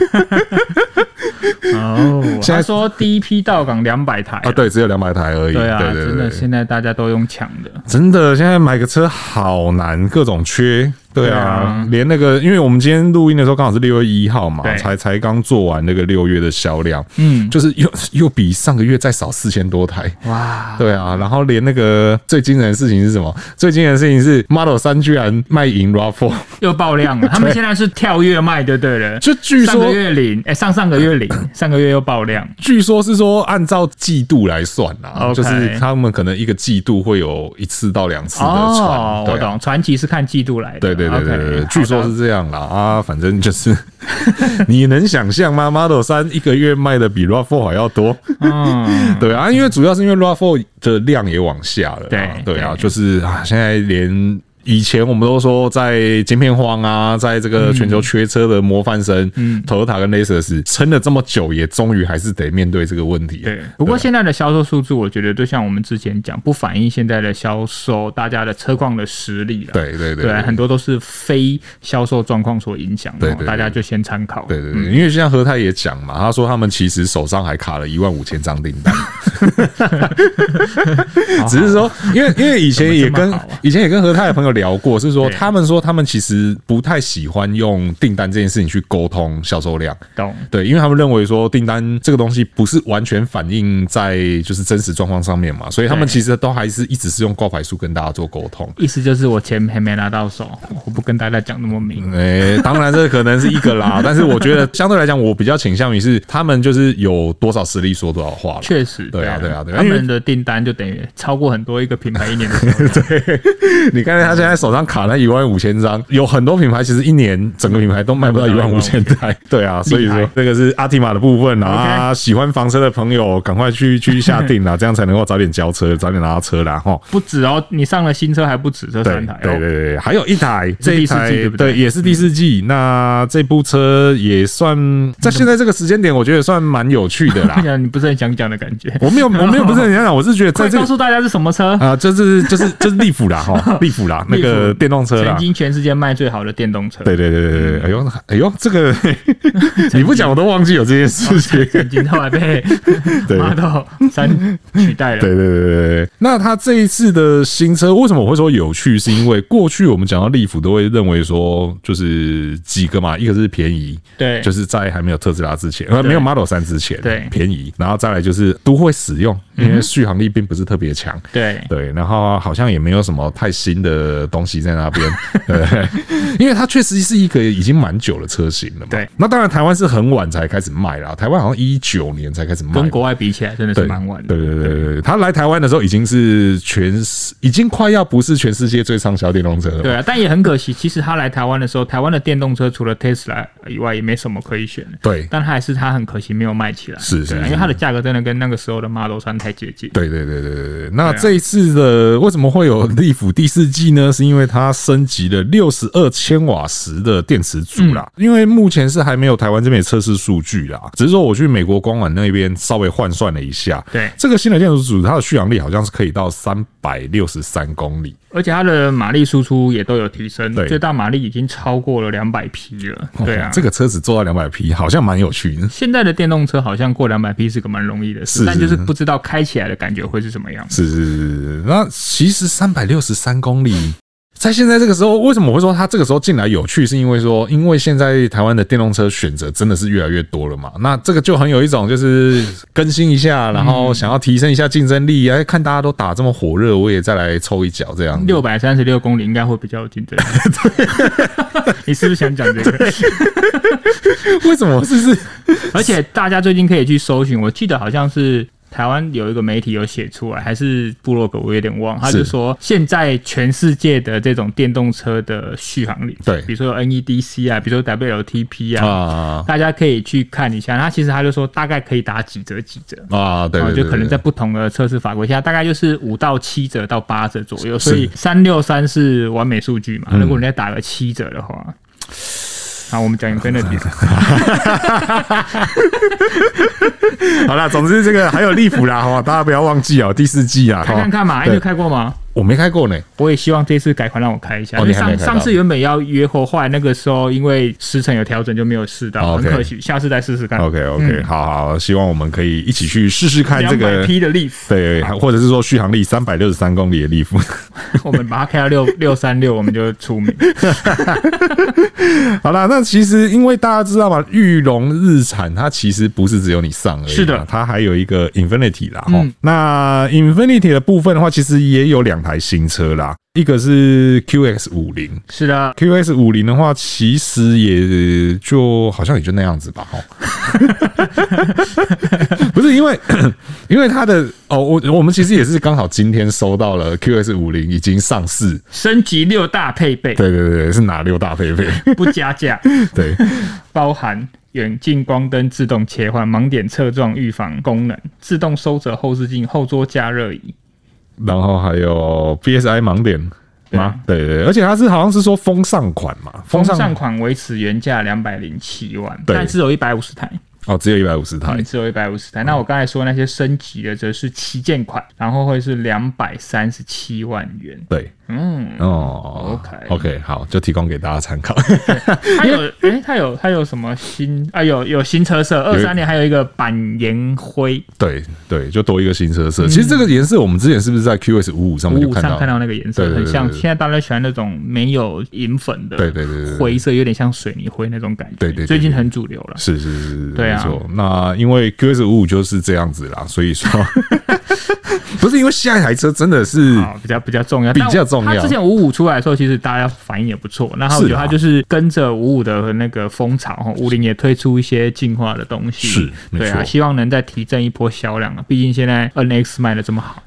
[SPEAKER 2] 哦，
[SPEAKER 1] 现在
[SPEAKER 2] 他说第一批到港两百台
[SPEAKER 1] 啊，对，只有两百台而已。
[SPEAKER 2] 对啊，
[SPEAKER 1] 对对
[SPEAKER 2] 真的
[SPEAKER 1] 对，
[SPEAKER 2] 现在大家都用抢的，
[SPEAKER 1] 真的现在买个车好难，各种缺。对
[SPEAKER 2] 对
[SPEAKER 1] 啊
[SPEAKER 2] 啊，
[SPEAKER 1] 连那个，因为我们今天录音的时候刚好是六月一号嘛，
[SPEAKER 2] 对
[SPEAKER 1] 才才刚做完那个六月的销量，
[SPEAKER 2] 嗯
[SPEAKER 1] 就是又又比上个月再少四千多台，
[SPEAKER 2] 哇，
[SPEAKER 1] 对啊，然后连那个最惊人的事情是什么？最惊人的事情是 Model 三居然卖赢 Rav4，
[SPEAKER 2] 又爆量了。他们现在是跳跃卖就对了，
[SPEAKER 1] 就据
[SPEAKER 2] 上个
[SPEAKER 1] 说
[SPEAKER 2] 月零，哎，上上个月零， 上个月又爆量，
[SPEAKER 1] 据说是说按照季度来算啦，
[SPEAKER 2] OK
[SPEAKER 1] 就是他们可能一个季度会有一次到两次的
[SPEAKER 2] 哦
[SPEAKER 1] 船，，对
[SPEAKER 2] 我
[SPEAKER 1] 啊
[SPEAKER 2] 懂，传奇是看季度来的，
[SPEAKER 1] 对对对对
[SPEAKER 2] OK，
[SPEAKER 1] 对对，
[SPEAKER 2] 好
[SPEAKER 1] 据说
[SPEAKER 2] 的
[SPEAKER 1] 是这样啦啊，反正就是 你能想象吗？Model 三一个月卖的比 Rav4 还要多，
[SPEAKER 2] 嗯，
[SPEAKER 1] 对啊，因为主要是因为 Rav4 的量也往下了啊，
[SPEAKER 2] 对
[SPEAKER 1] 对啊，
[SPEAKER 2] 对
[SPEAKER 1] 就是啊，现在连。以前我们都说，在晶片荒啊，在这
[SPEAKER 2] 嗯
[SPEAKER 1] 个全球缺车的模范生，嗯，Toyota 跟 Lexus 撑了这么久，也终于还是得面对这个问题。
[SPEAKER 2] 对。不过现在的销售数字，我觉得就像我们之前讲，不反映现在的销售大家的车况的实力了。
[SPEAKER 1] 对对对
[SPEAKER 2] 对，啊很多都是非销售状况所影响
[SPEAKER 1] 对
[SPEAKER 2] 的
[SPEAKER 1] 对，对
[SPEAKER 2] 大家就先参考。
[SPEAKER 1] 对对对，因为像何太也讲嘛，他说他们其实手上还卡了一万五千张订 单，只是说，因为因为以前也
[SPEAKER 2] 怎么这
[SPEAKER 1] 跟
[SPEAKER 2] 么好啊
[SPEAKER 1] 以前也跟何太的朋友聊过，是说
[SPEAKER 2] 对
[SPEAKER 1] 他们说他们其实不太喜欢用订单这件事情去沟通销售量。
[SPEAKER 2] 懂。
[SPEAKER 1] 对，因为他们认为说订单这个东西不是完全反映在就是真实状况上面嘛，所以他们
[SPEAKER 2] 对
[SPEAKER 1] 其实都还是一直是用挂牌数跟大家做沟通。
[SPEAKER 2] 意思就是我钱还没拿到手，我不跟大家讲那么明。
[SPEAKER 1] 诶、哎当然这可能是一个 啦，但是我觉得相对来讲，我比较倾向于是他们就是有多少实力说多少话了。
[SPEAKER 2] 确实，
[SPEAKER 1] 对啊对啊对啊
[SPEAKER 2] 他
[SPEAKER 1] 因为
[SPEAKER 2] 们的订单就等于超过很多一个品牌一年的销量
[SPEAKER 1] 你看他现在手上卡那一万五千张，有很多品牌其实一年整个品牌都卖不到一万五千台。 对啊，所以
[SPEAKER 2] 厉
[SPEAKER 1] 说
[SPEAKER 2] 害
[SPEAKER 1] 这个是阿提玛的部分啊，喜欢房车的朋友赶快去去下定 啦，这样才能够早点交车，早点拿到车啦哈。
[SPEAKER 2] 不止哦，你上了新车还不止这
[SPEAKER 1] 对
[SPEAKER 2] 三台哦。
[SPEAKER 1] 对对对，对还有一台这一
[SPEAKER 2] 第四季
[SPEAKER 1] 台
[SPEAKER 2] 对不对
[SPEAKER 1] 也是第四季。那这部车也算在现在这个时间点，我觉得算蛮有趣的啦
[SPEAKER 2] 看起。 来你不是很想讲的感觉。
[SPEAKER 1] 我 没有，我没有不是很想讲，我是觉得在
[SPEAKER 2] 快
[SPEAKER 1] 这
[SPEAKER 2] 告
[SPEAKER 1] 个
[SPEAKER 2] 诉大家是什么车？
[SPEAKER 1] 啊、就是就是就是利府啦 哈，利府啦，那个
[SPEAKER 2] 利府
[SPEAKER 1] 电动车啦啊
[SPEAKER 2] 曾。经全世界卖最好的电动车。
[SPEAKER 1] 对对对对对，哎呦哎呦，这 个你不讲我都忘记有这件事情。
[SPEAKER 2] 曾经后来被
[SPEAKER 1] 对
[SPEAKER 2] Model 三取代 了。
[SPEAKER 1] 对对对对对。那它这一次的新车，为什么我会说有趣？是因为过去我们讲到利府都会认为说，就是几个嘛，一个是便宜，
[SPEAKER 2] 对
[SPEAKER 1] 就是在还没有特斯拉之前，呃，没有 Model 三之前，
[SPEAKER 2] 对嗯
[SPEAKER 1] 便宜，然后再来就是都会使用，因为续航力并不是特别强。
[SPEAKER 2] 对
[SPEAKER 1] 对，然后好像也没有什么太新的的东西在那边， 对，因为它确实是一个已经蛮久的车型了嘛。
[SPEAKER 2] 对，
[SPEAKER 1] 那当然台湾是很晚才开始卖啦，台湾好像一九年才开始卖吧，
[SPEAKER 2] 跟国外比起来真的是蛮晚的。
[SPEAKER 1] 对对对对对，他来台湾的时候已经是全世，已经快要不是全世界最畅销电动车了。
[SPEAKER 2] 对啊，但也很可惜，其实他来台湾的时候，台湾的电动车除了 Tesla 以外，也没什么可以选。
[SPEAKER 1] 对
[SPEAKER 2] 但还是他很可惜没有卖起来。
[SPEAKER 1] 是是
[SPEAKER 2] 对啊
[SPEAKER 1] 是
[SPEAKER 2] 因为它的价格真的跟那个时候的 Model 三太接近。
[SPEAKER 1] 对对对对对对，
[SPEAKER 2] 啊
[SPEAKER 1] 那这一次的为什么会有利府第四季呢？是因为它升级了六十二千瓦时的电池组啦。
[SPEAKER 2] 嗯
[SPEAKER 1] 因为目前是还没有台湾这边的测试数据啦，只是说我去美国官网那边稍微换算了一下，
[SPEAKER 2] 对
[SPEAKER 1] 这个新的电池组它的续航力好像是可以到三百六十三公里。
[SPEAKER 2] 而且它的马力输出也都有提升，
[SPEAKER 1] 对哦
[SPEAKER 2] 最大马力已经超过了两百匹了。对啊，
[SPEAKER 1] 这个车子做到两百匹，好像蛮有趣的。
[SPEAKER 2] 现在的电动车好像过两百匹是个蛮容易的事，
[SPEAKER 1] 是
[SPEAKER 2] 但
[SPEAKER 1] 是
[SPEAKER 2] 就是
[SPEAKER 1] 是
[SPEAKER 2] 不知道开起来的感觉会是什么样。
[SPEAKER 1] 是是是是是，那其实三百六十三公里。在现在这个时候，为什么我会说它这个时候进来有趣？是因为说，因为现在台湾的电动车选择真的是越来越多了嘛。那这个就很有一种就是更新一下，然后想要提升一下竞争力，哎，看大家都打这么火热，我也再来抽一脚这样子。
[SPEAKER 2] 六百三十六公里应该会比较有竞争力。你是不是想讲这个？
[SPEAKER 1] 为什么？是不是
[SPEAKER 2] 而且大家最近可以去搜寻，我记得好像是。台湾有一个媒体有写出来，还是部落格，我有点忘。他就是说，现在全世界的这种电动车的续航里，
[SPEAKER 1] 对
[SPEAKER 2] 比如说有 NEDC 啊，比如说 WLTP 啊，
[SPEAKER 1] 啊
[SPEAKER 2] 大家可以去看一下。他其实他就说，大概可以打几折几折，
[SPEAKER 1] 啊？对
[SPEAKER 2] 啊，
[SPEAKER 1] 对对，
[SPEAKER 2] 就可能
[SPEAKER 1] 对
[SPEAKER 2] 在不同的测试法规下，大概就是五到七折到八折左右，
[SPEAKER 1] 是嗯
[SPEAKER 2] 所以三六三是完美数据嘛。如果你再打个七折的话，好，我们讲真的 点，
[SPEAKER 1] 好啦，总之这个还有利福啦，哈，大家不要忘 记哦，第四季啊，
[SPEAKER 2] 开看看嘛。哎，
[SPEAKER 1] 对
[SPEAKER 2] 你有开过吗？
[SPEAKER 1] 我没开过呢。
[SPEAKER 2] 我也希望这次改款让我开一下，
[SPEAKER 1] 哦
[SPEAKER 2] 因为
[SPEAKER 1] 你还没
[SPEAKER 2] 上
[SPEAKER 1] 开到
[SPEAKER 2] 上次原本要约货，后来那个时候因为时程有调整就没有试到，
[SPEAKER 1] 哦
[SPEAKER 2] 很
[SPEAKER 1] OK
[SPEAKER 2] 可惜，下次再试试看。
[SPEAKER 1] OK OK，、好好，希望我们可以一起去试试看这
[SPEAKER 2] 嗯两
[SPEAKER 1] 个
[SPEAKER 2] 百。匹的 Leaf，
[SPEAKER 1] 对，或者是说续航力三百六十三公里的利福。
[SPEAKER 2] 我们把它开到六六三六，我们就出名。
[SPEAKER 1] 好啦，那其实因为大家知道嘛，玉龙日产它其实不是只有你上而已嘛，
[SPEAKER 2] 是的嗯
[SPEAKER 1] 它还有一个 Infinity 啦。哦、那 Infinity 的部分的话，其实也有两台新车啦，一个是 QX 五零。
[SPEAKER 2] 是的，
[SPEAKER 1] QX 五零的话，其实也就好像也就那样子吧，哈。 不是因为， 因为它的哦，我我们其实也是刚好今天收到了 QX 五零已经上市，
[SPEAKER 2] 升级六大配备，
[SPEAKER 1] 对对对，是哪六大配 备？
[SPEAKER 2] 不加价。
[SPEAKER 1] 对，
[SPEAKER 2] 包含远近光灯自动切换、盲点侧撞预防功能、自动收折后视镜、后座加热椅。
[SPEAKER 1] 然后还有 BSI 盲点吗？对对对，而且它是好像是说风尚款嘛，
[SPEAKER 2] 风
[SPEAKER 1] 风尚
[SPEAKER 2] 尚款维持原价两百零七万，
[SPEAKER 1] 对
[SPEAKER 2] 但只有一百五十台，
[SPEAKER 1] 哦，只有一百五十台
[SPEAKER 2] 嗯，只有一百五十台。那我刚才说那些升级的则是旗舰款，然后会是两百三十七万 元。
[SPEAKER 1] 对，
[SPEAKER 2] 嗯，
[SPEAKER 1] 哦
[SPEAKER 2] OK
[SPEAKER 1] OK，好，就提供给大家参考。
[SPEAKER 2] 它有诶、它有它有什么新啊？有有新车色，二
[SPEAKER 1] 有一
[SPEAKER 2] 三年还有一个板岩灰，
[SPEAKER 1] 对对，就多一个新车色。其实这个颜色我们之前是不是在 QS 五五上
[SPEAKER 2] 嗯五
[SPEAKER 1] 面就
[SPEAKER 2] 五
[SPEAKER 1] 看
[SPEAKER 2] 上
[SPEAKER 1] 到？
[SPEAKER 2] 看到那个颜色
[SPEAKER 1] 对对
[SPEAKER 2] 很
[SPEAKER 1] 对
[SPEAKER 2] 像，
[SPEAKER 1] 对对
[SPEAKER 2] 现在大家喜欢那种没有银粉的，
[SPEAKER 1] 对对对对对
[SPEAKER 2] 灰色有点像水泥灰那种感觉，
[SPEAKER 1] 对对对对
[SPEAKER 2] 最近很主流了。
[SPEAKER 1] 是是是，是
[SPEAKER 2] 对啊
[SPEAKER 1] 没错。那因为 QS 五五就是这样子啦，所以 说 不是因为下一台车真的是
[SPEAKER 2] 啊，比较比较重要，
[SPEAKER 1] 比
[SPEAKER 2] 但
[SPEAKER 1] 较重要
[SPEAKER 2] 它之前五五出来的时候，其实大家反应也不错。然后我觉
[SPEAKER 1] 是
[SPEAKER 2] 得
[SPEAKER 1] 啊
[SPEAKER 2] 它就是跟着五五的那个风潮，哈，五零也推出一些进化的东西，
[SPEAKER 1] 是没
[SPEAKER 2] 对啊，
[SPEAKER 1] 错
[SPEAKER 2] 希望能再提振一波销量啊。毕竟现在 NX 卖的这么好，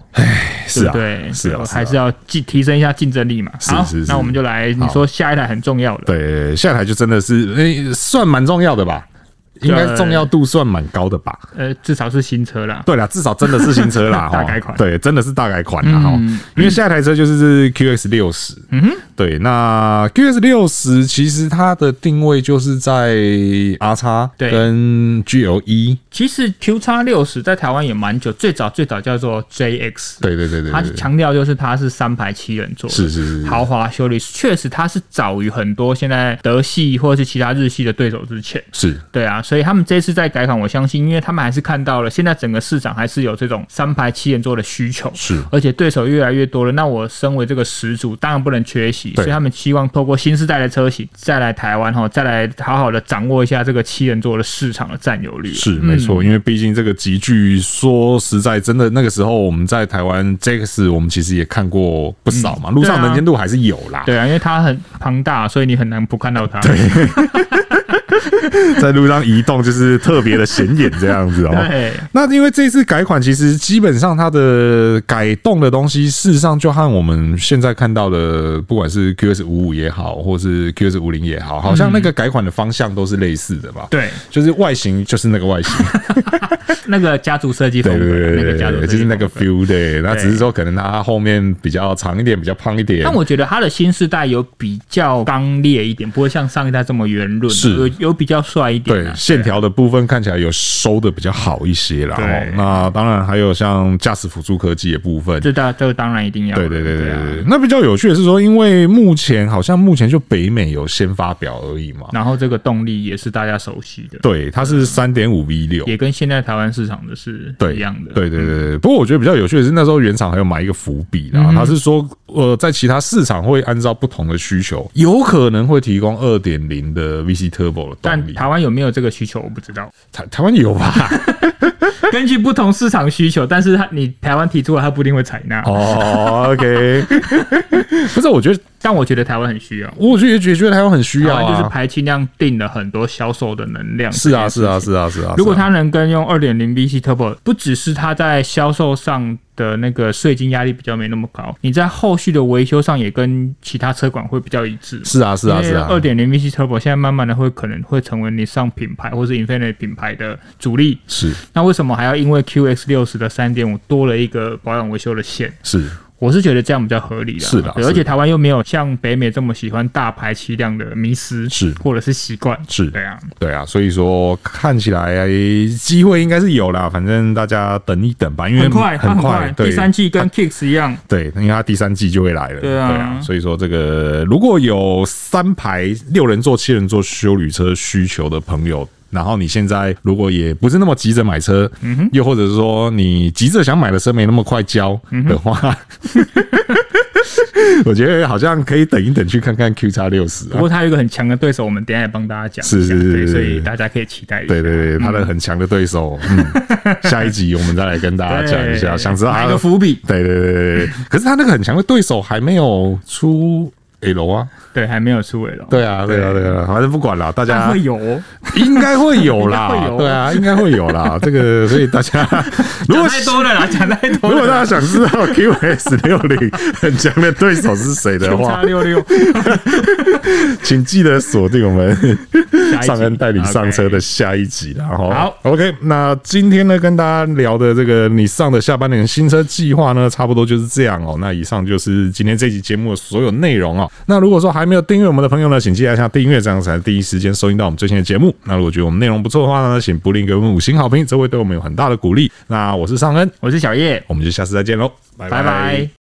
[SPEAKER 1] 是啊，
[SPEAKER 2] 对不对，
[SPEAKER 1] 是啊，
[SPEAKER 2] 还
[SPEAKER 1] 是
[SPEAKER 2] 是
[SPEAKER 1] 啊。
[SPEAKER 2] 要提提升一下竞争力嘛。
[SPEAKER 1] 是
[SPEAKER 2] 好
[SPEAKER 1] 是是
[SPEAKER 2] 那我们就来你说下一台很重要的，
[SPEAKER 1] 对，下一台就真的是诶、算蛮重要的吧，
[SPEAKER 2] 啊
[SPEAKER 1] 应该重要度算蛮高的吧。
[SPEAKER 2] 呃，至少是新车啦。
[SPEAKER 1] 对啦，至少真的是新车啦，
[SPEAKER 2] 大
[SPEAKER 1] 齁
[SPEAKER 2] 改款嗯
[SPEAKER 1] 对，真的是大改款啦哈、齁因为下一台车就是 QX 六十，嗯哼，对，那 QX 六十其实它的定位就是在 R 叉
[SPEAKER 2] 对
[SPEAKER 1] 跟 E GL 一，
[SPEAKER 2] 其实 Q 叉六十在台湾也蛮久，最早最早叫做 JX，
[SPEAKER 1] 对对对对
[SPEAKER 2] 它
[SPEAKER 1] 对，
[SPEAKER 2] 强调就是它是三排七人座，
[SPEAKER 1] 是是是是
[SPEAKER 2] 豪华修理，确实它是早于很多现在德系或是其他日系的对手之前。
[SPEAKER 1] 是
[SPEAKER 2] 对啊，所以他们这次在改款，我相信，因为他们还是看到了现在整个市场还是有这种三排七人座的需求，
[SPEAKER 1] 是
[SPEAKER 2] 而且对手越来越多了。那我身为这个始祖，当然不能缺席，
[SPEAKER 1] 对
[SPEAKER 2] 所以他们希望透过新时代的车型再来台湾哈，再来好好的掌握一下这个七人座的市场的占有率。
[SPEAKER 1] 是没错，因为毕竟这个集聚，说实在，真的那个时候我们在台湾 JX，我们其实也看过不少嘛，路上
[SPEAKER 2] 对啊
[SPEAKER 1] 能见度还是有啦。
[SPEAKER 2] 对啊，因为它很庞大，所以你很难不看到它。对，
[SPEAKER 1] 在路上移动就是特别的显眼这样子哦、
[SPEAKER 2] 对
[SPEAKER 1] 那因为这次改款，其实基本上它的改动的东西，事实上就和我们现在看到的，不管是 QS 五五也好，或是 QS 五零也好，好像那个改款的方向都是类似的吧？
[SPEAKER 2] 对
[SPEAKER 1] 就是外形就是那个外 形，
[SPEAKER 2] 那个家族设计风
[SPEAKER 1] 对
[SPEAKER 2] 格，
[SPEAKER 1] 对对
[SPEAKER 2] 那个
[SPEAKER 1] 对
[SPEAKER 2] 家族
[SPEAKER 1] 对
[SPEAKER 2] 设
[SPEAKER 1] 对，
[SPEAKER 2] 计
[SPEAKER 1] 就是那
[SPEAKER 2] 风格
[SPEAKER 1] 个 feel 对，那只是说可能它后面比较长一点，比较胖一点
[SPEAKER 2] 但。我觉得他的新世代有比较刚烈一点，不会像上一代这么圆润，啊
[SPEAKER 1] 是
[SPEAKER 2] 有有比较帅一点
[SPEAKER 1] 对
[SPEAKER 2] 啊、
[SPEAKER 1] 线条的部分看起来有收的比较好一些啦。
[SPEAKER 2] 对
[SPEAKER 1] 哦那当然还有像驾驶辅助科技的部分，
[SPEAKER 2] 这当这当然一定要的，
[SPEAKER 1] 对对对对
[SPEAKER 2] 啊
[SPEAKER 1] 对对，那比较有趣的是说，因为目前好像目前就北美有先发表而已嘛。嗯
[SPEAKER 2] 然后这个动力也是大家熟悉的，
[SPEAKER 1] 对，它是三点五 V 六，
[SPEAKER 2] 也跟现在台湾市场的是
[SPEAKER 1] 对
[SPEAKER 2] 一样的，
[SPEAKER 1] 对对对对。不过我觉得比较有趣的是，那时候原厂还有埋一个伏笔啦，它是说呃，在其他市场会按照不同的需求，有可能会提供二点零的 VC Turbo 的动
[SPEAKER 2] 但
[SPEAKER 1] 力。
[SPEAKER 2] 台湾有没有这个需求我不知道，
[SPEAKER 1] 台台湾有吧？
[SPEAKER 2] 根据不同市场需求，但是他你台湾提出来，他不一定会采纳。
[SPEAKER 1] 哦，OK。不是，我觉得
[SPEAKER 2] 但我觉得台湾很需要，
[SPEAKER 1] 我觉得也觉得台湾很需
[SPEAKER 2] 台
[SPEAKER 1] 要
[SPEAKER 2] 湾就是
[SPEAKER 1] 啊。
[SPEAKER 2] 排气量定了很多销售的能量。
[SPEAKER 1] 是啊，是啊，是啊，是啊。
[SPEAKER 2] 如果
[SPEAKER 1] 是啊
[SPEAKER 2] 它能跟用二点零 VC Turbo，不只是它在销售上的那个税金压力比较没那么高，你在后续的维修上也跟其他车款会比较一致。
[SPEAKER 1] 是啊，是啊，是啊，
[SPEAKER 2] 二点零 VC Turbo 现在慢慢的会可能会成为你上品牌或是 Infinity 品牌的主力。
[SPEAKER 1] 是
[SPEAKER 2] 那为什么还要因为 QX 六十的三点五多了一个保养维修的线？
[SPEAKER 1] 是
[SPEAKER 2] 我是觉得这样比较合理啦。
[SPEAKER 1] 是啦
[SPEAKER 2] 对
[SPEAKER 1] 是
[SPEAKER 2] 而且台湾又没有像北美这么喜欢大排气量的迷失，
[SPEAKER 1] 是
[SPEAKER 2] 或者是习惯。
[SPEAKER 1] 是。
[SPEAKER 2] 对啊，
[SPEAKER 1] 对啊，所以说看起来机会应该是有啦，反正大家等一等吧，因为
[SPEAKER 2] 很快，它
[SPEAKER 1] 很
[SPEAKER 2] 很快，
[SPEAKER 1] 对啊
[SPEAKER 2] 第三季跟 Kicks 一样，
[SPEAKER 1] 对，因为它第三季就会来了，
[SPEAKER 2] 对啊
[SPEAKER 1] 所以说这个如果有三排六人座、七人座休旅车需求的朋友。然后你现在如果也不是那么急着买车，
[SPEAKER 2] 嗯
[SPEAKER 1] 又或者是说你急着想买的车没那么快交
[SPEAKER 2] 嗯
[SPEAKER 1] 的话， 我觉得好像可以等一等去看看 Q 叉六十
[SPEAKER 2] 不
[SPEAKER 1] 啊，
[SPEAKER 2] 过它有一个很强的对手，我们等一下也帮大家讲一下，
[SPEAKER 1] 是是是
[SPEAKER 2] 对
[SPEAKER 1] 是
[SPEAKER 2] 所以大家可以期待一下。
[SPEAKER 1] 对对对，他的很强的对手。嗯，下一集我们再来跟大家讲一下，
[SPEAKER 2] 对
[SPEAKER 1] 想知道他
[SPEAKER 2] 埋
[SPEAKER 1] 的
[SPEAKER 2] 个伏笔，
[SPEAKER 1] 对对对对对，可是他那个很强的对手还没有出 L 啊，
[SPEAKER 2] 对，还没有出尾了，
[SPEAKER 1] 对啊对啊对啊，反正不管啦，大
[SPEAKER 2] 但
[SPEAKER 1] 家
[SPEAKER 2] 会有哦，
[SPEAKER 1] 应该会有
[SPEAKER 2] 应该
[SPEAKER 1] 啦
[SPEAKER 2] 会，有
[SPEAKER 1] 对啊， 应该会有 啦，这个所以大家如
[SPEAKER 2] 讲
[SPEAKER 1] 果
[SPEAKER 2] 太多了啦，讲太多
[SPEAKER 1] 如果
[SPEAKER 2] 了。
[SPEAKER 1] 大家想知 道 QS 六零很强的对手是谁 的
[SPEAKER 2] 九
[SPEAKER 1] 话
[SPEAKER 2] 叉，六六，
[SPEAKER 1] 请记得锁定我们
[SPEAKER 2] 下一集
[SPEAKER 1] 上恩带你上车的下一集啦。哈。
[SPEAKER 2] 好
[SPEAKER 1] ，OK，那今天呢跟大家聊的这个你上的下半年新车计划呢，差不多就是这样哦。那以上就是今天这期节目的所有内容哦。那如果说还没有订阅我们的朋友呢，请记得按下订阅，这样才能第一时间收听到我们最新的节目。那如果觉得我们内容不错的话呢，请不吝给我们五星好评，这会对我们有很大的鼓励。那我是尚恩，
[SPEAKER 2] 我是小叶，
[SPEAKER 1] 我们就下次再见喽，拜
[SPEAKER 2] 拜拜。